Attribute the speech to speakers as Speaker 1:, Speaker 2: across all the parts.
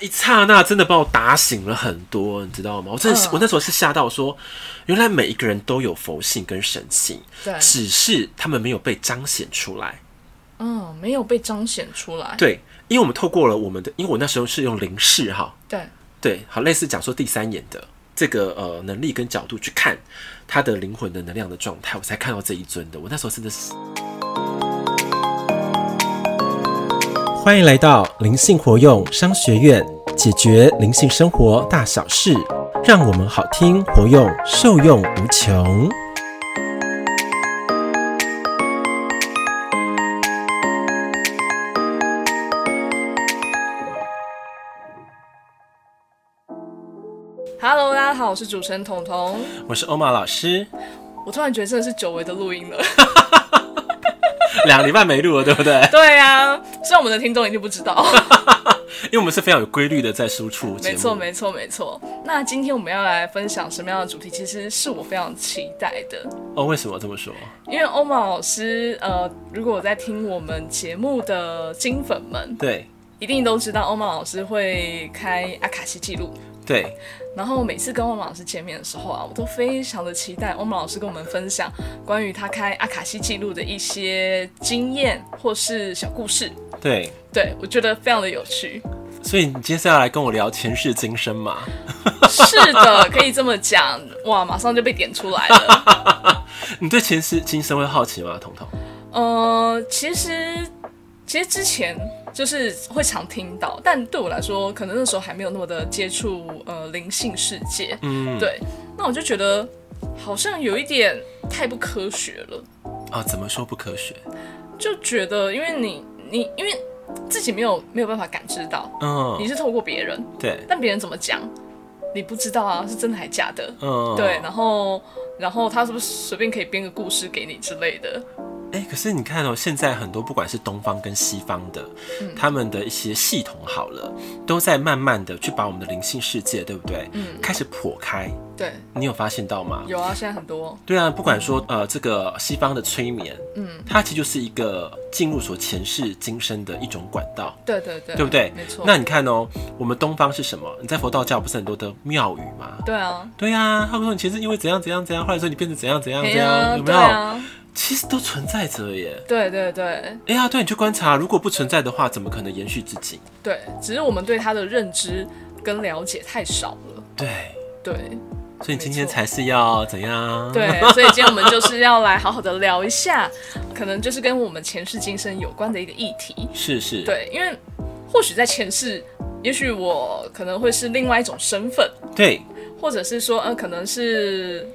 Speaker 1: 一刹那真的把我打醒了很多，你知道吗？我真的是，
Speaker 2: 嗯
Speaker 1: 我那时候是吓到说，原来每一个人都有佛性跟神性，
Speaker 2: 对，
Speaker 1: 只是他们没有被彰显出来。
Speaker 2: 嗯，没有被彰显出来。
Speaker 1: 对，因为我们透过了我们的，因为我那时候是用灵视哈，
Speaker 2: 对
Speaker 1: 对，好，类似讲说第三眼的这个呃能力跟角度去看他的灵魂的能量的状态，我才看到这一尊的。我那时候真的是。欢迎来到灵性活用商学院，解决灵性生活大小事，让我们好听活用，受用无穷。
Speaker 2: ，Hello，大家好，我是主持人彤彤。
Speaker 1: 我是欧玛老师，
Speaker 2: 我突然觉得这是久违的录音 了。
Speaker 1: 两个礼拜没录了，对不对？
Speaker 2: 对呀、啊，虽然我们的听众一定不 知道。
Speaker 1: 因为我们是非常有规律的在输出节目，
Speaker 2: 没错，没错，没错。那今天我们要来分享什么样的主题？其实是我非常期待的，
Speaker 1: 哦，为什么这么说？
Speaker 2: 因为欧玛老师，呃，如果有在听我们节目的金粉们，
Speaker 1: 对
Speaker 2: 一定都知道欧玛老师会开阿卡西记录。
Speaker 1: 对，
Speaker 2: 然后每次跟欧玛老师见面的时候啊，我都非常的期待欧玛老师跟我们分享关于他开阿卡西记录的一些经验或是小故事。
Speaker 1: 对，
Speaker 2: 对我觉得非常的有趣。
Speaker 1: 所以你接下来跟我聊前世今生嘛？
Speaker 2: 是的，可以这么讲。哇，马上就被点出来了。
Speaker 1: 你对前世今生会好奇吗，彤彤？
Speaker 2: 呃，其实其实之前就是会常听到，但对我来说，可能那时候还没有那么的接触呃灵性世界。
Speaker 1: 嗯，
Speaker 2: 对，那我就觉得好像有一点太不科学了，
Speaker 1: 啊，怎么说不科学？
Speaker 2: 就觉得因为你你因为自己没有没有办法感知到，
Speaker 1: 嗯
Speaker 2: 你，是透过别人，
Speaker 1: 对，
Speaker 2: 但别人怎么讲，你不知道啊，是真的还假的。
Speaker 1: 嗯，
Speaker 2: 对，然后，然后他是不是随便可以编个故事给你之类的？
Speaker 1: 哎、可是你看哦，现在很多不管是东方跟西方的，他们的一些系统好了，都在慢慢的去把我们的灵性世界，对不对？嗯，开始破开，
Speaker 2: 对，
Speaker 1: 你有发现到吗？
Speaker 2: 有啊，现在很多。
Speaker 1: 对啊，不管说呃这个西方的催眠，嗯，它其实就是一个进入所前世今生的一种管道。
Speaker 2: 对对对，
Speaker 1: 对不对？
Speaker 2: 没错。
Speaker 1: 那你看哦，我们东方是什么？你在佛道教不是很多的庙宇吗？
Speaker 2: 对啊，
Speaker 1: 对呀、啊，他们说你其实因为怎样怎样怎样，后来说你变成怎样怎样
Speaker 2: 对
Speaker 1: 怎
Speaker 2: 啊，
Speaker 1: 样，有没有？
Speaker 2: 对啊，
Speaker 1: 其实都存在着耶。
Speaker 2: 对对对
Speaker 1: 哎呀，对，你去观察，如果不存在的话，怎么可能延续至今？
Speaker 2: 对，只是我们对他的认知跟了解太少了。
Speaker 1: 对，
Speaker 2: 对
Speaker 1: 所以今天
Speaker 2: 没错
Speaker 1: 才是要怎 样？，
Speaker 2: 对，所以今天我们就是要来好好的聊一下，可能就是跟我们前世今生有关的一个议题。
Speaker 1: 是是，，
Speaker 2: 对，因为或许在前世，也许我可能会是另外一种身份，
Speaker 1: 对，
Speaker 2: 或者是说，呃，可能是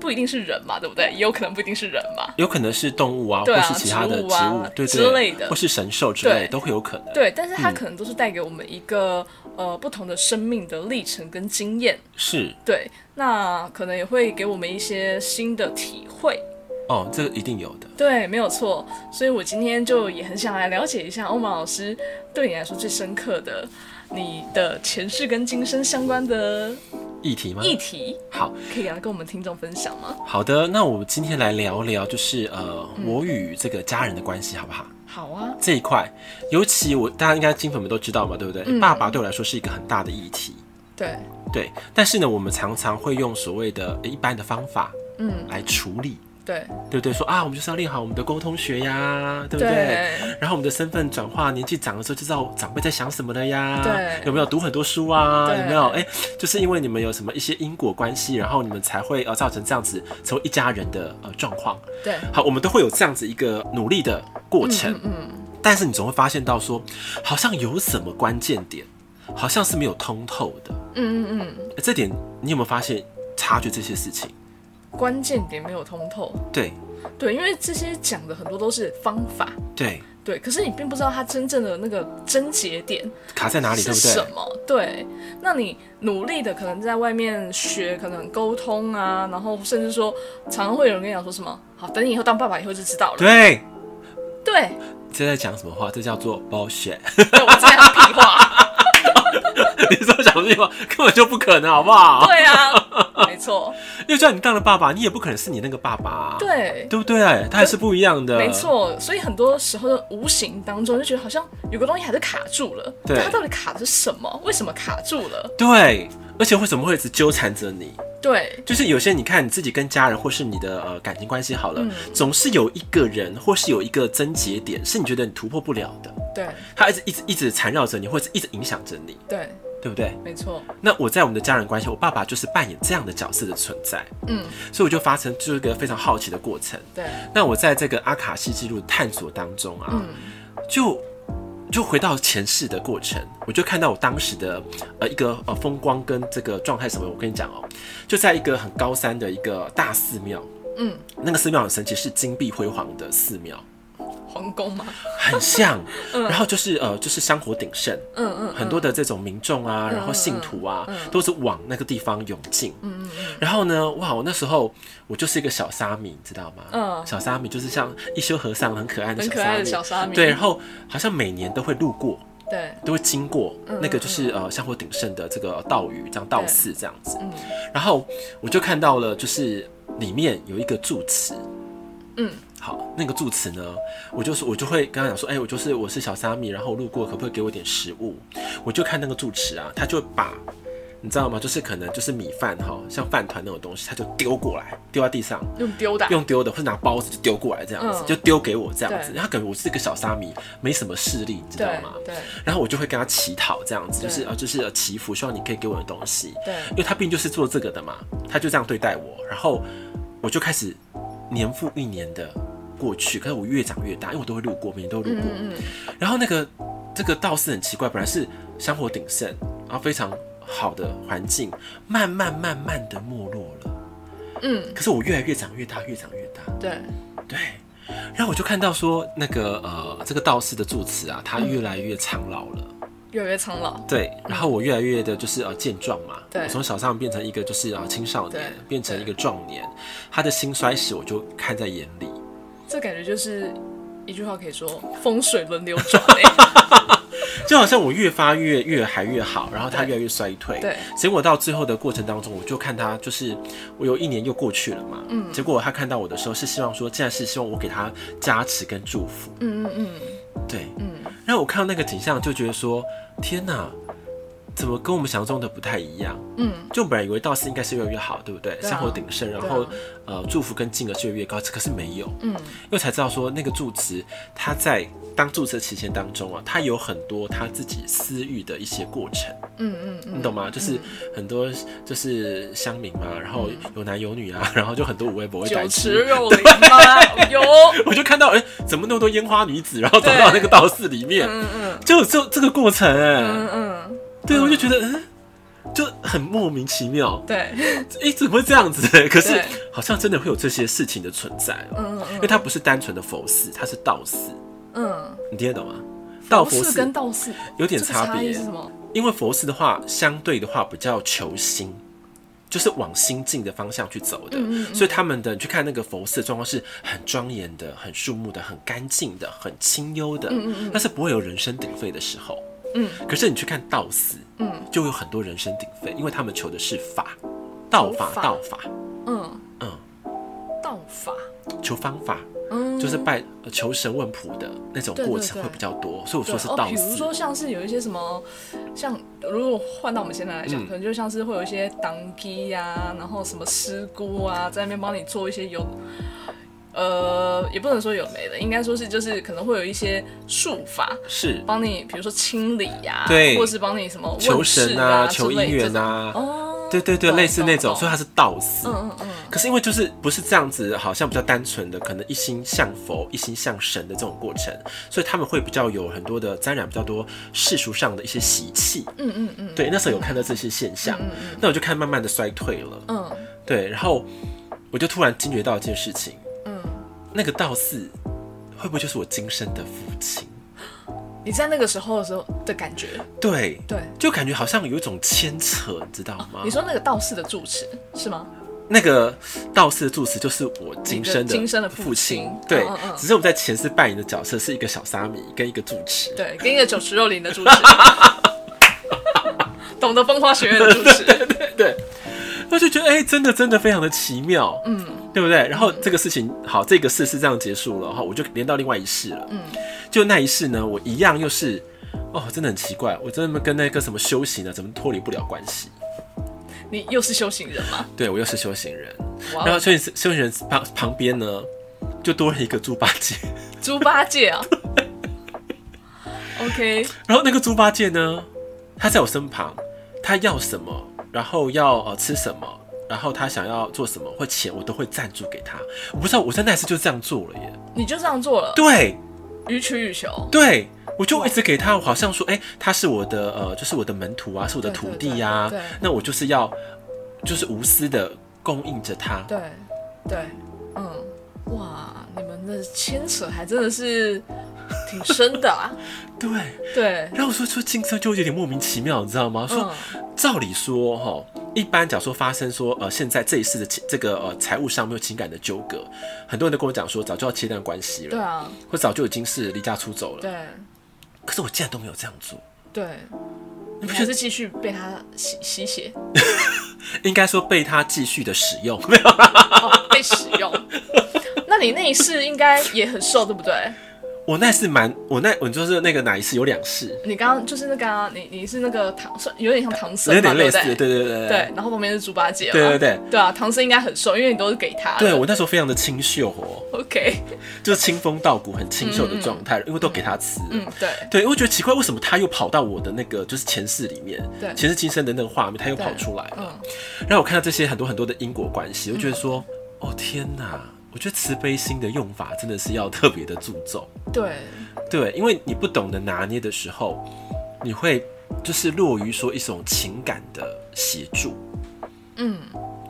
Speaker 2: 不一定是人嘛，对不对？也有可能不一定是人嘛。
Speaker 1: 有可能是动物啊，
Speaker 2: 对啊
Speaker 1: 或是其他的
Speaker 2: 植
Speaker 1: 植
Speaker 2: 物
Speaker 1: 物，
Speaker 2: 啊
Speaker 1: 对对
Speaker 2: 之类的
Speaker 1: 或是神兽之类
Speaker 2: 对
Speaker 1: 都会有可能。
Speaker 2: 对，但是它可能都是带给我们一个、呃不同的生命的历程跟经验。
Speaker 1: 是
Speaker 2: 对，那可能也会给我们一些新的体会。
Speaker 1: 哦，这个一定有的。
Speaker 2: 对，没有错。所以我今天就也很想来了解一下欧玛老师对你来说最深刻的你的前世跟今生相关的
Speaker 1: 议题吗？
Speaker 2: 议题，
Speaker 1: 好，
Speaker 2: 可以来跟我们听众分享吗？
Speaker 1: 好的，那我们今天来聊聊，就是呃，
Speaker 2: 嗯
Speaker 1: 我与这个家人的关系，好不好？
Speaker 2: 好啊，
Speaker 1: 这一块，尤其我大家应该金粉们都知道嘛，对不对？
Speaker 2: 嗯
Speaker 1: 爸爸对我来说是一个很大的议题，
Speaker 2: 对，
Speaker 1: 对。但是呢，我们常常会用所谓的呃一般的方法，
Speaker 2: 嗯，
Speaker 1: 来处理，
Speaker 2: 对，
Speaker 1: 对不对？说啊，我们就是要练好我们的沟通学呀，对不对？
Speaker 2: 对，
Speaker 1: 然后我们的身份转化，年纪长的时候就知道长辈在想什么了呀，
Speaker 2: 对
Speaker 1: 有没有读很多书啊？
Speaker 2: 对
Speaker 1: 有没有？哎，就是因为你们有什么一些因果关系，然后你们才会呃造成这样子成为一家人的呃状况。
Speaker 2: 对，
Speaker 1: 好，我们都会有这样子一个努力的过程，
Speaker 2: 嗯嗯，
Speaker 1: 但是你总会发现到说，好像有什么关键点，好像是没有通透的。
Speaker 2: 嗯嗯嗯，
Speaker 1: 呃这点你有没有发现察觉这些事情？
Speaker 2: 关键点没有通透。
Speaker 1: 对
Speaker 2: 对，因为这些讲的很多都是方法，
Speaker 1: 对，
Speaker 2: 对，可是你并不知道它真正的那个症结点
Speaker 1: 卡在哪里，对
Speaker 2: 是
Speaker 1: 不
Speaker 2: 什
Speaker 1: 对？
Speaker 2: 么？对，那你努力的可能在外面学，可能沟通啊，然后甚至说，常常会有人跟你讲说什么，好，等你以后当爸爸以后就知道了。
Speaker 1: 对，
Speaker 2: 对，
Speaker 1: 这在讲什么话？这叫做 bullshit。
Speaker 2: 对我这样屁话。
Speaker 1: 你说讲这句话根本就不可能，好不好？
Speaker 2: 对啊，没错，
Speaker 1: 因为就算你当了爸爸，你也不可能是你那个爸爸、啊，
Speaker 2: 对。
Speaker 1: 对不啊对？他还是不一样的，
Speaker 2: 没。错，所以很多时候的无形当中就觉得好像有个东西还是卡住了，
Speaker 1: 对
Speaker 2: 但它到底卡的是什么？为什么卡住了？
Speaker 1: 对，而且为什么会一直纠缠着你？
Speaker 2: 对，
Speaker 1: 就是有些你看你自己跟家人或是你的呃感情关系好了，
Speaker 2: 嗯
Speaker 1: 总是有一个人或是有一个症结点，是你觉得你突破不了的，
Speaker 2: 对，
Speaker 1: 他一直一直一直缠绕着你，或者一直影响着你，
Speaker 2: 对，
Speaker 1: 对不对？
Speaker 2: 没错，
Speaker 1: 那我在我们的家人关系，我爸爸就是扮演这样的角色的存在，
Speaker 2: 嗯，
Speaker 1: 所以我就发生就是一个非常好奇的过程。
Speaker 2: 对，
Speaker 1: 那我在这个阿卡西记录探索当中啊，
Speaker 2: 嗯，
Speaker 1: 就就回到前世的过程，我就看到我当时的呃一个呃风光跟这个状态什么，我跟你讲哦、就在一个很高山的一个大寺庙，
Speaker 2: 嗯，
Speaker 1: 那个寺庙很神奇，是金碧辉煌的寺庙，
Speaker 2: 皇宫嘛，
Speaker 1: 很 像，然后就是呃就是香火鼎盛，
Speaker 2: 嗯嗯，
Speaker 1: 很多的这种民众啊，然后信徒啊，都是往那个地方涌进。嗯嗯然后呢，哇，我那时候我就是一个小沙弥，你知道吗？
Speaker 2: 嗯
Speaker 1: 小沙弥就是像一休和尚，很可爱的
Speaker 2: 很
Speaker 1: 小
Speaker 2: 可
Speaker 1: 沙
Speaker 2: 爱
Speaker 1: 弥。
Speaker 2: 的小沙弥，
Speaker 1: 对，然后好像每年都会路过，
Speaker 2: 对，
Speaker 1: 都会经过
Speaker 2: 嗯
Speaker 1: 那个就是呃香火鼎盛的这个道宇，这样道寺这样子。
Speaker 2: 嗯
Speaker 1: 然后我就看到了，就是里面有一个住持，
Speaker 2: 嗯，
Speaker 1: 好，那个住持呢，我就是我就会跟他讲说，哎、我就是我是小沙弥，然后路过可不可以给我点食物？我就看那个住持啊，他就把你知道吗？就是可能就是米饭哈，像饭团那种东西，他就丢过来，丢在地上，
Speaker 2: 用丢的啊，
Speaker 1: 用丢的，或者拿包子就丢过来这样子，
Speaker 2: 嗯
Speaker 1: 就丢给我这样子。
Speaker 2: 对
Speaker 1: 他感觉我是一个小沙弥，没什么势力，你知道
Speaker 2: 对
Speaker 1: 吗？
Speaker 2: 对
Speaker 1: 然后我就会跟他乞讨这样子，就是
Speaker 2: 对
Speaker 1: 呃就是呃祈福，希望你可以给我的东西。因
Speaker 2: 对，
Speaker 1: 为他毕竟就是做这个的嘛，他就这样对待我，然后我就开始年复一年的过去，可是我越长越大，因为我都会路过，每年都会路
Speaker 2: 嗯
Speaker 1: 过。
Speaker 2: 嗯嗯，
Speaker 1: 然后那个这个道士很奇怪，本来是香火鼎盛，然后非常好的环境，慢慢慢慢的没落了。
Speaker 2: 嗯，
Speaker 1: 可是我越来越长越大，越长越大，
Speaker 2: 对，
Speaker 1: 对。然后我就看到说，那个呃，这个道士的住持啊，他越来越苍老了。
Speaker 2: 越来越苍老，
Speaker 1: 对，然后我越来越的就是呃健壮嘛，
Speaker 2: 对
Speaker 1: 我从小上变成一个就是呃青少年
Speaker 2: 对，
Speaker 1: 变成一个壮年，他的兴衰史我就看在眼里。
Speaker 2: 这感觉就是一句话可以说风水轮流转欸
Speaker 1: 就好像我越发越越还越好，然后他
Speaker 2: 对
Speaker 1: 越来越衰退。
Speaker 2: 对，
Speaker 1: 结果到最后的过程当中，我就看他就是我有一年又过去了嘛，嗯，结果他看到我的时候是希望说，竟然是希望我给他加持跟祝福，
Speaker 2: 嗯嗯嗯
Speaker 1: 对，
Speaker 2: 嗯，
Speaker 1: 然后我看到那个景象就觉得说，天哪，怎么跟我们想象中的不太一样？
Speaker 2: 嗯，
Speaker 1: 就本来以为道士应该是越来越好，对不对？
Speaker 2: 对啊
Speaker 1: 香火鼎盛，然
Speaker 2: 对啊
Speaker 1: 后、呃祝福跟金额是越来越高，可是没有，
Speaker 2: 嗯，
Speaker 1: 因为才知道说那个住持他在当住持的期间当中啊，他有很多他自己私欲的一些过程，
Speaker 2: 嗯嗯嗯，
Speaker 1: 你懂吗？就是很多就是乡民嘛，然后有男有女啊，然后就很多无微不会白
Speaker 2: 嗯酒池
Speaker 1: 痴。
Speaker 2: 肉林吗？ 有，
Speaker 1: 我就看到，哎、怎么那么多烟花女子，然后走
Speaker 2: 对
Speaker 1: 到那个道士里面，
Speaker 2: 嗯嗯
Speaker 1: 就就这个过程、哎、
Speaker 2: 嗯嗯，
Speaker 1: 对，我就觉得，嗯，就很莫名其妙，
Speaker 2: 对，
Speaker 1: 哎、怎么会这样子？可是
Speaker 2: 对
Speaker 1: 好像真的会有这些事情的存在哦、
Speaker 2: 嗯
Speaker 1: 因
Speaker 2: 嗯
Speaker 1: 为它不是单纯的佛寺，它是道寺，
Speaker 2: 嗯，
Speaker 1: 你听得懂吗？道佛
Speaker 2: 士
Speaker 1: 寺
Speaker 2: 跟道士
Speaker 1: 有点
Speaker 2: 这个
Speaker 1: 差
Speaker 2: 差异
Speaker 1: 别
Speaker 2: 是，什么？
Speaker 1: 因为佛寺的话，相对的话比较求心。就是往心境的方向去走的，
Speaker 2: 嗯嗯嗯
Speaker 1: 所以他们的你去看那个佛寺的状况是很庄严的、很肃穆的、很干净的、很清幽的，
Speaker 2: 嗯嗯嗯
Speaker 1: 但是不会有人声鼎沸的时候。
Speaker 2: 嗯
Speaker 1: 可是你去看道寺，
Speaker 2: 嗯
Speaker 1: 就有很多人声鼎沸，因为他们求的是法，道法
Speaker 2: 求法
Speaker 1: 道法，
Speaker 2: 嗯
Speaker 1: 嗯，
Speaker 2: 道法，
Speaker 1: 求方法，
Speaker 2: 嗯，
Speaker 1: 就是拜呃求神问卜的那种
Speaker 2: 对
Speaker 1: 过
Speaker 2: 对
Speaker 1: 程
Speaker 2: 对
Speaker 1: 会比较多，所以我
Speaker 2: 对
Speaker 1: 说是
Speaker 2: 哦，
Speaker 1: 道
Speaker 2: 比如
Speaker 1: 寺，
Speaker 2: 说像是有一些什么，像如果换到我们现在来讲，
Speaker 1: 嗯
Speaker 2: 可能就像是会有一些当机呀，然后什么师姑啊，在那边帮你做一些有，呃，也不能说有没的，应该说是就是可能会有一些术法。
Speaker 1: 是
Speaker 2: 帮你，比如说清理呀、
Speaker 1: 对
Speaker 2: 或是帮你什么
Speaker 1: 求
Speaker 2: 问世
Speaker 1: 神
Speaker 2: 啊
Speaker 1: 啊，
Speaker 2: 之
Speaker 1: 求
Speaker 2: 类
Speaker 1: 姻缘
Speaker 2: 这种，
Speaker 1: 啊，
Speaker 2: 哦，
Speaker 1: 对对对，
Speaker 2: 懂
Speaker 1: 类似那
Speaker 2: 懂
Speaker 1: 种，所以
Speaker 2: 懂
Speaker 1: 它是道寺。
Speaker 2: 嗯嗯嗯，
Speaker 1: 可是因为就是不是这样子，好像比较单纯的，可能一心向佛、一心向神的这种过程，所以他们会比较有很多的沾染比较多世俗上的一些习气。
Speaker 2: 嗯嗯嗯，
Speaker 1: 对，那时候有看到这些现象，那我就看慢慢的衰退了。
Speaker 2: 嗯
Speaker 1: 对，然后我就突然惊觉到一件事情，
Speaker 2: 嗯，
Speaker 1: 那个道士会不会就是我今生的父亲？
Speaker 2: 你在那个时候的时候的感觉，
Speaker 1: 对，
Speaker 2: 对，
Speaker 1: 就感觉好像有一种牵扯，你知道吗？
Speaker 2: 你说那个道士的住持是吗？
Speaker 1: 那个道士的住持就是我今生
Speaker 2: 你的今生的父
Speaker 1: 父亲
Speaker 2: 亲，
Speaker 1: 对
Speaker 2: 嗯嗯，嗯
Speaker 1: 只是我在前世扮演的角色是一个小沙弥跟一 个住持。
Speaker 2: 对，跟一个九十肉林的 主持，懂得风花雪月的主持，
Speaker 1: 对，我就觉得哎、真的真的非常的奇妙，
Speaker 2: 嗯
Speaker 1: 对不对？然后这个事情好，这个事是这样结束了，然后我就连到另外一世了。
Speaker 2: 嗯，
Speaker 1: 就那一世呢，我一样又是，哦，真的很奇怪，我真的跟那个什么修行啊呢，怎么脱离不了关系？
Speaker 2: 你又是修行人嘛？
Speaker 1: 对我又是修行人，
Speaker 2: 哇
Speaker 1: 然后
Speaker 2: 哦，
Speaker 1: 修行修行人旁旁边呢，就多了一个猪八戒，
Speaker 2: 猪八戒啊。OK，
Speaker 1: 然后那个猪八戒呢，他在我身旁，他要什么，然后要呃吃什么。然后他想要做什么或钱，我都会赞助给他。我不知道，我在那一次就这样做了耶。
Speaker 2: 你就这样做了，
Speaker 1: 对，
Speaker 2: 予取予求。
Speaker 1: 对，我就一直给他，我好像说，哎、他是我的呃，就是我的门徒啊，是我的
Speaker 2: 对
Speaker 1: 徒
Speaker 2: 对
Speaker 1: 弟
Speaker 2: 对
Speaker 1: 呀、啊
Speaker 2: 对，
Speaker 1: 那我就是要就是无私的供应着他。
Speaker 2: 对，对，嗯，哇，你们的牵扯还真的是挺深的啊。
Speaker 1: 对，
Speaker 2: 对，
Speaker 1: 然后我说说金车就有点莫名其妙，你知道吗？说、
Speaker 2: 嗯
Speaker 1: 照理说哈，一般假如说发生说呃现在这一世的情这个呃财务上没有情感的纠葛，很多人都跟我讲说早就要切断关系
Speaker 2: 对
Speaker 1: 了，
Speaker 2: 啊，
Speaker 1: 或早就已经是离家出走了。
Speaker 2: 对
Speaker 1: 可是我竟然都没有这样做，
Speaker 2: 对，
Speaker 1: 你
Speaker 2: 你
Speaker 1: 不
Speaker 2: 还
Speaker 1: 觉
Speaker 2: 是
Speaker 1: 得
Speaker 2: 继续被他吸吸血，
Speaker 1: 应该说被他继续的使 用？
Speaker 2: 哦，被使用。那你那一世应该也很瘦，对不对？
Speaker 1: 我那是蛮我那我就是那个哪一世有两世。
Speaker 2: 你刚刚就是那个、啊，你你是那个唐，算有点像唐僧
Speaker 1: 有
Speaker 2: 嘛，
Speaker 1: 点类似
Speaker 2: 对，不对？
Speaker 1: 对对对
Speaker 2: 对，然后旁边是猪八戒嘛，
Speaker 1: 对对对
Speaker 2: 对啊，唐僧应该很瘦，因为你都是给他的。
Speaker 1: 对我那时候非常的清秀哦，
Speaker 2: OK，
Speaker 1: 就是清风道骨，很清秀的状态，因为都给他吃。
Speaker 2: 嗯，对
Speaker 1: 对，因为我觉得奇怪，为什么他又跑到我的那个就是前世里面，
Speaker 2: 对
Speaker 1: 前世今生的那个画面，他又
Speaker 2: 对
Speaker 1: 跑出来了。
Speaker 2: 嗯，
Speaker 1: 然后我看到这些很多很多的因果关系，我就觉得说，哦天哪！我觉得慈悲心的用法真的是要特别的注重，
Speaker 2: 对
Speaker 1: 对，因为你不懂得拿捏的时候，你会就是落于说一种情感的协助，
Speaker 2: 嗯，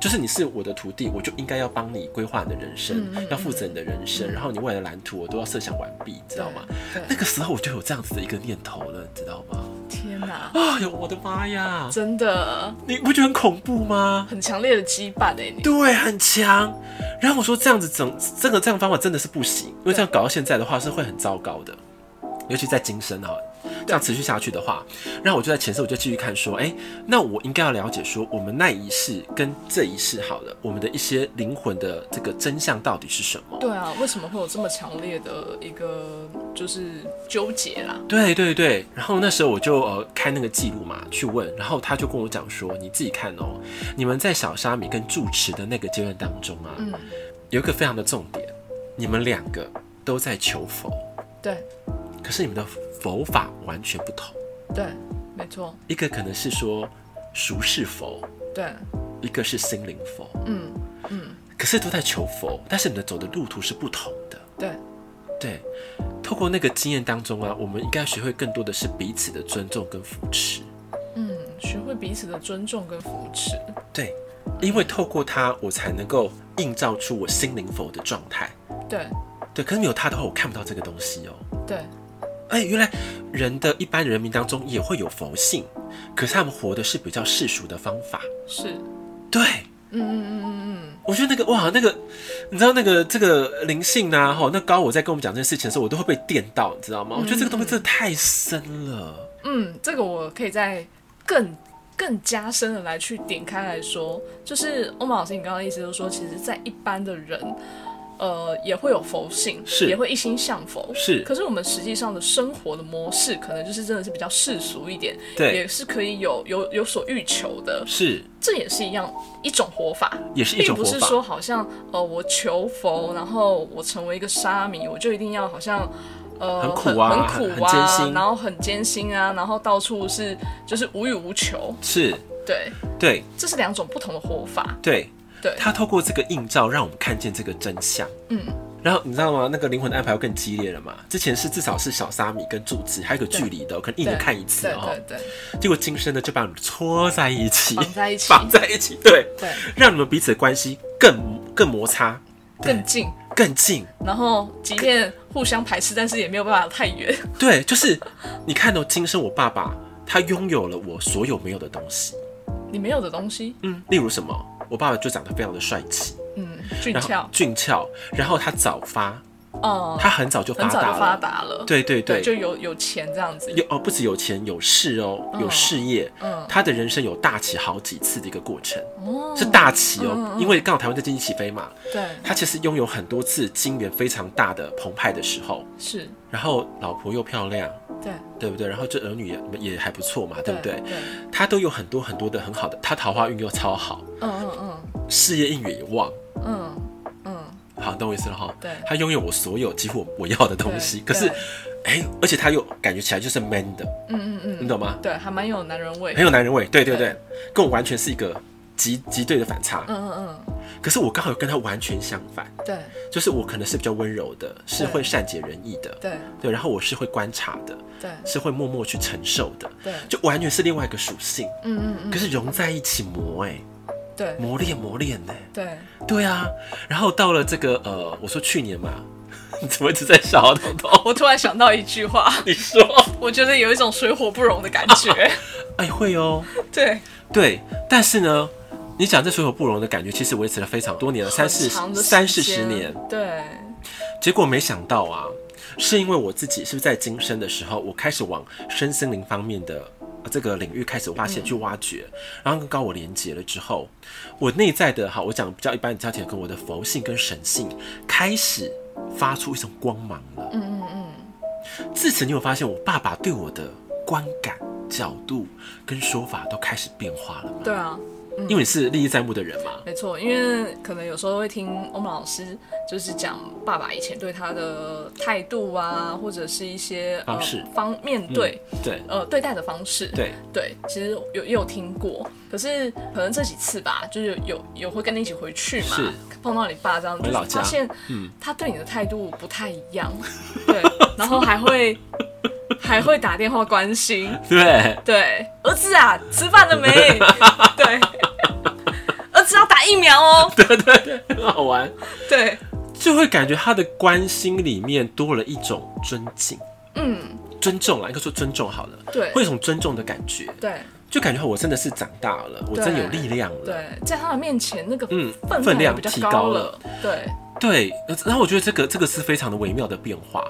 Speaker 1: 就是你是我的徒弟，我就应该要帮你规划你的人
Speaker 2: 嗯
Speaker 1: 生，要负责你的人生，然后你未来的蓝图我都要设想完毕，你知道吗？
Speaker 2: 对？
Speaker 1: 那
Speaker 2: 对，
Speaker 1: 个时候我就有这样子的一个念头了，你知道吗？
Speaker 2: 天哪，
Speaker 1: 哎呦，我的妈呀！
Speaker 2: 真的
Speaker 1: 你不觉得很恐怖吗？
Speaker 2: 很强烈的羁绊哎、你
Speaker 1: 对，很强。然后我说这样子整这个这样方法真的是不行，因为这样搞到现在的话是会很糟糕的，尤其在今生哈，这样持续下去的话，然后我就在前世我就继续看说，哎、那我应该要了解说我们那一世跟这一世好了，我们的一些灵魂的这个真相到底是什么？
Speaker 2: 对啊，为什么会有这么强烈的一个就是纠结啦？
Speaker 1: 对对对，然后那时候我就呃开那个记录嘛去问，然后他就跟我讲说，你自己看哦，你们在小沙米跟住持的那个阶段当中啊，
Speaker 2: 嗯，
Speaker 1: 有一个非常的重点，你们两个都在求佛，
Speaker 2: 对
Speaker 1: 可是你们的佛法完全不同，
Speaker 2: 对，没错，
Speaker 1: 一个可能是说俗世佛，
Speaker 2: 对，
Speaker 1: 一个是心灵佛，
Speaker 2: 嗯嗯，
Speaker 1: 可是都在求佛，但是你们走的路途是不同的。
Speaker 2: 对
Speaker 1: 对，透过那个经验当中啊，我们应该学会更多的是彼此的尊重跟扶持。
Speaker 2: 嗯，学会彼此的尊重跟扶持，
Speaker 1: 对，因为透过它，我才能够映照出我心灵佛的状态。
Speaker 2: 对
Speaker 1: 对，可是没有它的话，我看不到这个东西哦、
Speaker 2: 对
Speaker 1: 哎、原来人的一般人民当中也会有佛性，可是他们活的是比较世俗的方法。
Speaker 2: 是，
Speaker 1: 对，
Speaker 2: 嗯嗯嗯嗯
Speaker 1: 我觉得那个哇，那个你知道那个这个灵性啊，哈，那高我在跟我们讲这件事情的时候，我都会被电到，你知道吗？我觉得这个东西真的太深了。
Speaker 2: 嗯嗯，这个我可以再更。更加深的来去点开来说，就是欧玛老师，你刚刚的意思就是说，其实，在一般的人，呃，也会有佛性，
Speaker 1: 是
Speaker 2: 也会一心向佛，
Speaker 1: 是
Speaker 2: 可是我们实际上的生活的模式，可能就是真的是比较世俗一点，
Speaker 1: 对
Speaker 2: 也是可以有有有所欲求的，
Speaker 1: 是，
Speaker 2: 这也是一样一种活法，
Speaker 1: 也是一
Speaker 2: 并
Speaker 1: 种
Speaker 2: 不
Speaker 1: 活
Speaker 2: 是
Speaker 1: 法。
Speaker 2: 说好像呃我求佛，然后我成为一个沙弥，我就一定要好像。呃，
Speaker 1: 很苦啊
Speaker 2: 很
Speaker 1: 很
Speaker 2: 苦啊，
Speaker 1: 艰辛
Speaker 2: 然后很艰辛啊，然后到处是就是无欲无求，
Speaker 1: 是，
Speaker 2: 对，
Speaker 1: 对
Speaker 2: 这是两种不同的活法，
Speaker 1: 对，
Speaker 2: 对，
Speaker 1: 他透过这个映照，让我们看见这个真相。
Speaker 2: 嗯，
Speaker 1: 然后你知道吗？那个灵魂的安排会更激烈了嘛？之前是至少是小沙弥跟柱子，还有个距离的哦，可能一年看一次
Speaker 2: 对
Speaker 1: 哦。
Speaker 2: 对对，
Speaker 1: 结果今生呢就把你们搓在一起，
Speaker 2: 绑在一起，
Speaker 1: 绑在一起，对，
Speaker 2: 对，
Speaker 1: 让你们彼此的关系更更摩擦、
Speaker 2: 更近，
Speaker 1: 更近。
Speaker 2: 然后即便互相排斥，但是也没有办法太远，
Speaker 1: 对，就是你看到、今生我爸爸他拥有了我所有没有的东西，
Speaker 2: 你没有的东西，
Speaker 1: 嗯，例如什么？我爸爸就长得非常的帅气，
Speaker 2: 嗯，俊
Speaker 1: 然后
Speaker 2: 俏，
Speaker 1: 俊俏，然后他早发，
Speaker 2: 嗯，
Speaker 1: 他很早就发
Speaker 2: 很早
Speaker 1: 达
Speaker 2: 就发
Speaker 1: 了，
Speaker 2: 达了，
Speaker 1: 对对
Speaker 2: 对，
Speaker 1: 对，
Speaker 2: 就有有钱这样子，
Speaker 1: 有哦，不止有钱，有势哦，有
Speaker 2: 嗯
Speaker 1: 事业，
Speaker 2: 嗯，
Speaker 1: 他的人生有大起好几次的一个过程，
Speaker 2: 哦，
Speaker 1: 是大起哦
Speaker 2: 嗯，嗯
Speaker 1: 因为刚好台湾在经济起飞嘛，
Speaker 2: 对，
Speaker 1: 他其实拥有很多次金元非常大的澎湃的时候，
Speaker 2: 是，
Speaker 1: 然后老婆又漂亮，
Speaker 2: 对，
Speaker 1: 对不对？然后这儿女也也还不错嘛，对不对？
Speaker 2: 对，
Speaker 1: 他都有很多很多的很好的，他桃花运又超好，
Speaker 2: 嗯嗯
Speaker 1: 事业应也旺，
Speaker 2: 嗯嗯嗯，
Speaker 1: 好，懂我意思了哈。
Speaker 2: 对
Speaker 1: 他拥有我所有几乎我要的东西，可
Speaker 2: 对
Speaker 1: 是
Speaker 2: 对，
Speaker 1: 哎，而且他又感觉起来就是 man 的，
Speaker 2: 嗯嗯
Speaker 1: 你
Speaker 2: 嗯，
Speaker 1: 懂吗？
Speaker 2: 对，还蛮有男人味，
Speaker 1: 很
Speaker 2: 嗯
Speaker 1: 有男人味，对对对
Speaker 2: 对，
Speaker 1: 跟我完全是一个极极对的反差。
Speaker 2: 嗯嗯，
Speaker 1: 可是我刚好跟他完全相反，
Speaker 2: 对
Speaker 1: 就是我可能是比较温柔的，是
Speaker 2: 对
Speaker 1: 会善解人意的，
Speaker 2: 对
Speaker 1: 对，然后我是会观察的，
Speaker 2: 对
Speaker 1: 是会默默去承受的，
Speaker 2: 对，
Speaker 1: 就完全是另外一个属性。
Speaker 2: 嗯嗯嗯，
Speaker 1: 可是融在一起磨，哎，
Speaker 2: 对
Speaker 1: 磨练磨练呢、
Speaker 2: 对，
Speaker 1: 对啊，然后到了这个呃，我说去年嘛， 你怎么一直在笑啊，彤彤？
Speaker 2: 我突然想到一句话，
Speaker 1: 你说，
Speaker 2: 我觉得有一种水火不容的感觉，
Speaker 1: 哎，会哦，
Speaker 2: 对，
Speaker 1: 对，但是呢，你讲这水火不容的感觉，其实维持了非常多年了，三四
Speaker 2: 很长的
Speaker 1: 三四
Speaker 2: 时
Speaker 1: 十
Speaker 2: 间
Speaker 1: 年，，
Speaker 2: 对，
Speaker 1: 结果没想到啊，是因为我自己是不是在今生的时候，我开始往深森林方面的呃这个领域开始发现去挖掘，然后跟高我连接了之后，我内在的好，我讲比较一般的教条，跟我的佛性跟神性开始发出一种光芒了。嗯嗯嗯。自此，你有发现我爸爸对我的观感、角度跟说法都开始变化了吗？
Speaker 2: 对啊。
Speaker 1: 因为你是历历在目的人嘛。
Speaker 2: 没错，因为可能有时候会听欧盟老师就是讲爸爸以前对他的态度啊，或者是一些
Speaker 1: 方式
Speaker 2: 呃、方面对、
Speaker 1: 嗯对
Speaker 2: 呃对待的方式。
Speaker 1: 对
Speaker 2: 对，其实有也有听过，可是可能这几次吧，就是有有会跟你一起回去嘛
Speaker 1: 是，
Speaker 2: 碰到你爸这样，
Speaker 1: 回
Speaker 2: 就是
Speaker 1: 老家嗯
Speaker 2: 发现他对你的态度不太一 样，对，然后还会还会打电话关心，
Speaker 1: 对，
Speaker 2: 对，儿子啊，吃饭了没？对，儿子要打疫苗哦。
Speaker 1: 很好玩。
Speaker 2: 对，
Speaker 1: 就会感觉他的关心里面多了一种尊敬，嗯，尊重啦，应该说尊重好了，
Speaker 2: 对
Speaker 1: 会有一种尊重的感觉，
Speaker 2: 对
Speaker 1: 就感觉我真的是长大了，我真的有力量了，
Speaker 2: 对，在他的面前那个
Speaker 1: 嗯
Speaker 2: 分
Speaker 1: 分量
Speaker 2: 比
Speaker 1: 提
Speaker 2: 较
Speaker 1: 高
Speaker 2: 高
Speaker 1: 了
Speaker 2: 了，对
Speaker 1: 对，然后我觉得这个这个是非常的微妙的变化，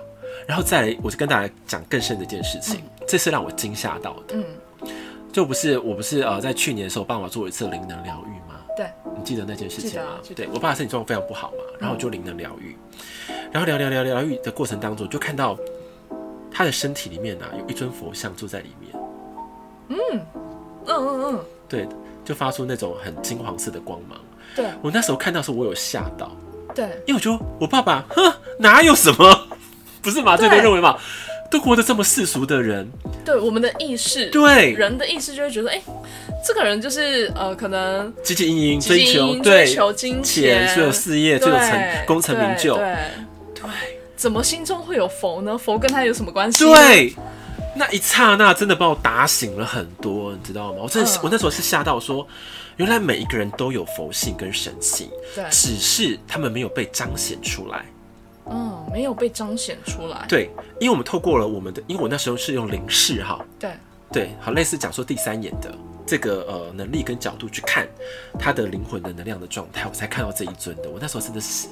Speaker 1: 然后再来，我就跟大家讲更深的一件事情，这是让我惊吓到的，
Speaker 2: 嗯，
Speaker 1: 就不是我不是呃在去年的时候帮我做一次灵能疗愈吗？
Speaker 2: 对
Speaker 1: 你记得那件事情吗
Speaker 2: 记？得记得嗯
Speaker 1: 对我爸身体状况非常不好嘛，然后我就灵能疗愈，然后聊聊聊聊愈的过程当中，就看到他的身体里面呢、啊有一尊佛像坐在里面，
Speaker 2: 嗯嗯嗯，
Speaker 1: 对，就发出那种很金黄色的光芒。
Speaker 2: 对
Speaker 1: 我那时候看到的时候，我有吓到，
Speaker 2: 对
Speaker 1: 因为我觉得我爸爸，哼，哪有什么， 不是嘛？这边
Speaker 2: 对
Speaker 1: 认为嘛，都活得这么世俗的人，
Speaker 2: 对，我们的意识，
Speaker 1: 对，
Speaker 2: 人的意识就会觉得，哎，这个人就是呃，可能
Speaker 1: 汲汲营营
Speaker 2: 汲汲
Speaker 1: 追求
Speaker 2: 营营
Speaker 1: 对
Speaker 2: 追求金
Speaker 1: 钱，
Speaker 2: 钱
Speaker 1: 所有事业，最有成
Speaker 2: 对
Speaker 1: 功成名就，
Speaker 2: 对，
Speaker 1: 对。
Speaker 2: 怎么心中会有佛呢？佛跟他有什么关系？，
Speaker 1: 对，那一刹那真的把我打醒了很多，你知道吗？我真的是，
Speaker 2: 嗯
Speaker 1: 我那时候是吓到说，原来每一个人都有佛性跟神性，
Speaker 2: 对
Speaker 1: 只是他们没有被彰显出来。
Speaker 2: 嗯，没有被彰显出来，
Speaker 1: 对，因为我们透过了我们的，因为我那时候是用灵视哈，
Speaker 2: 对
Speaker 1: 对，好类似讲说第三眼的这个呃能力跟角度去看他的灵魂的能量的状态，我才看到这一尊的。我那时候真的是。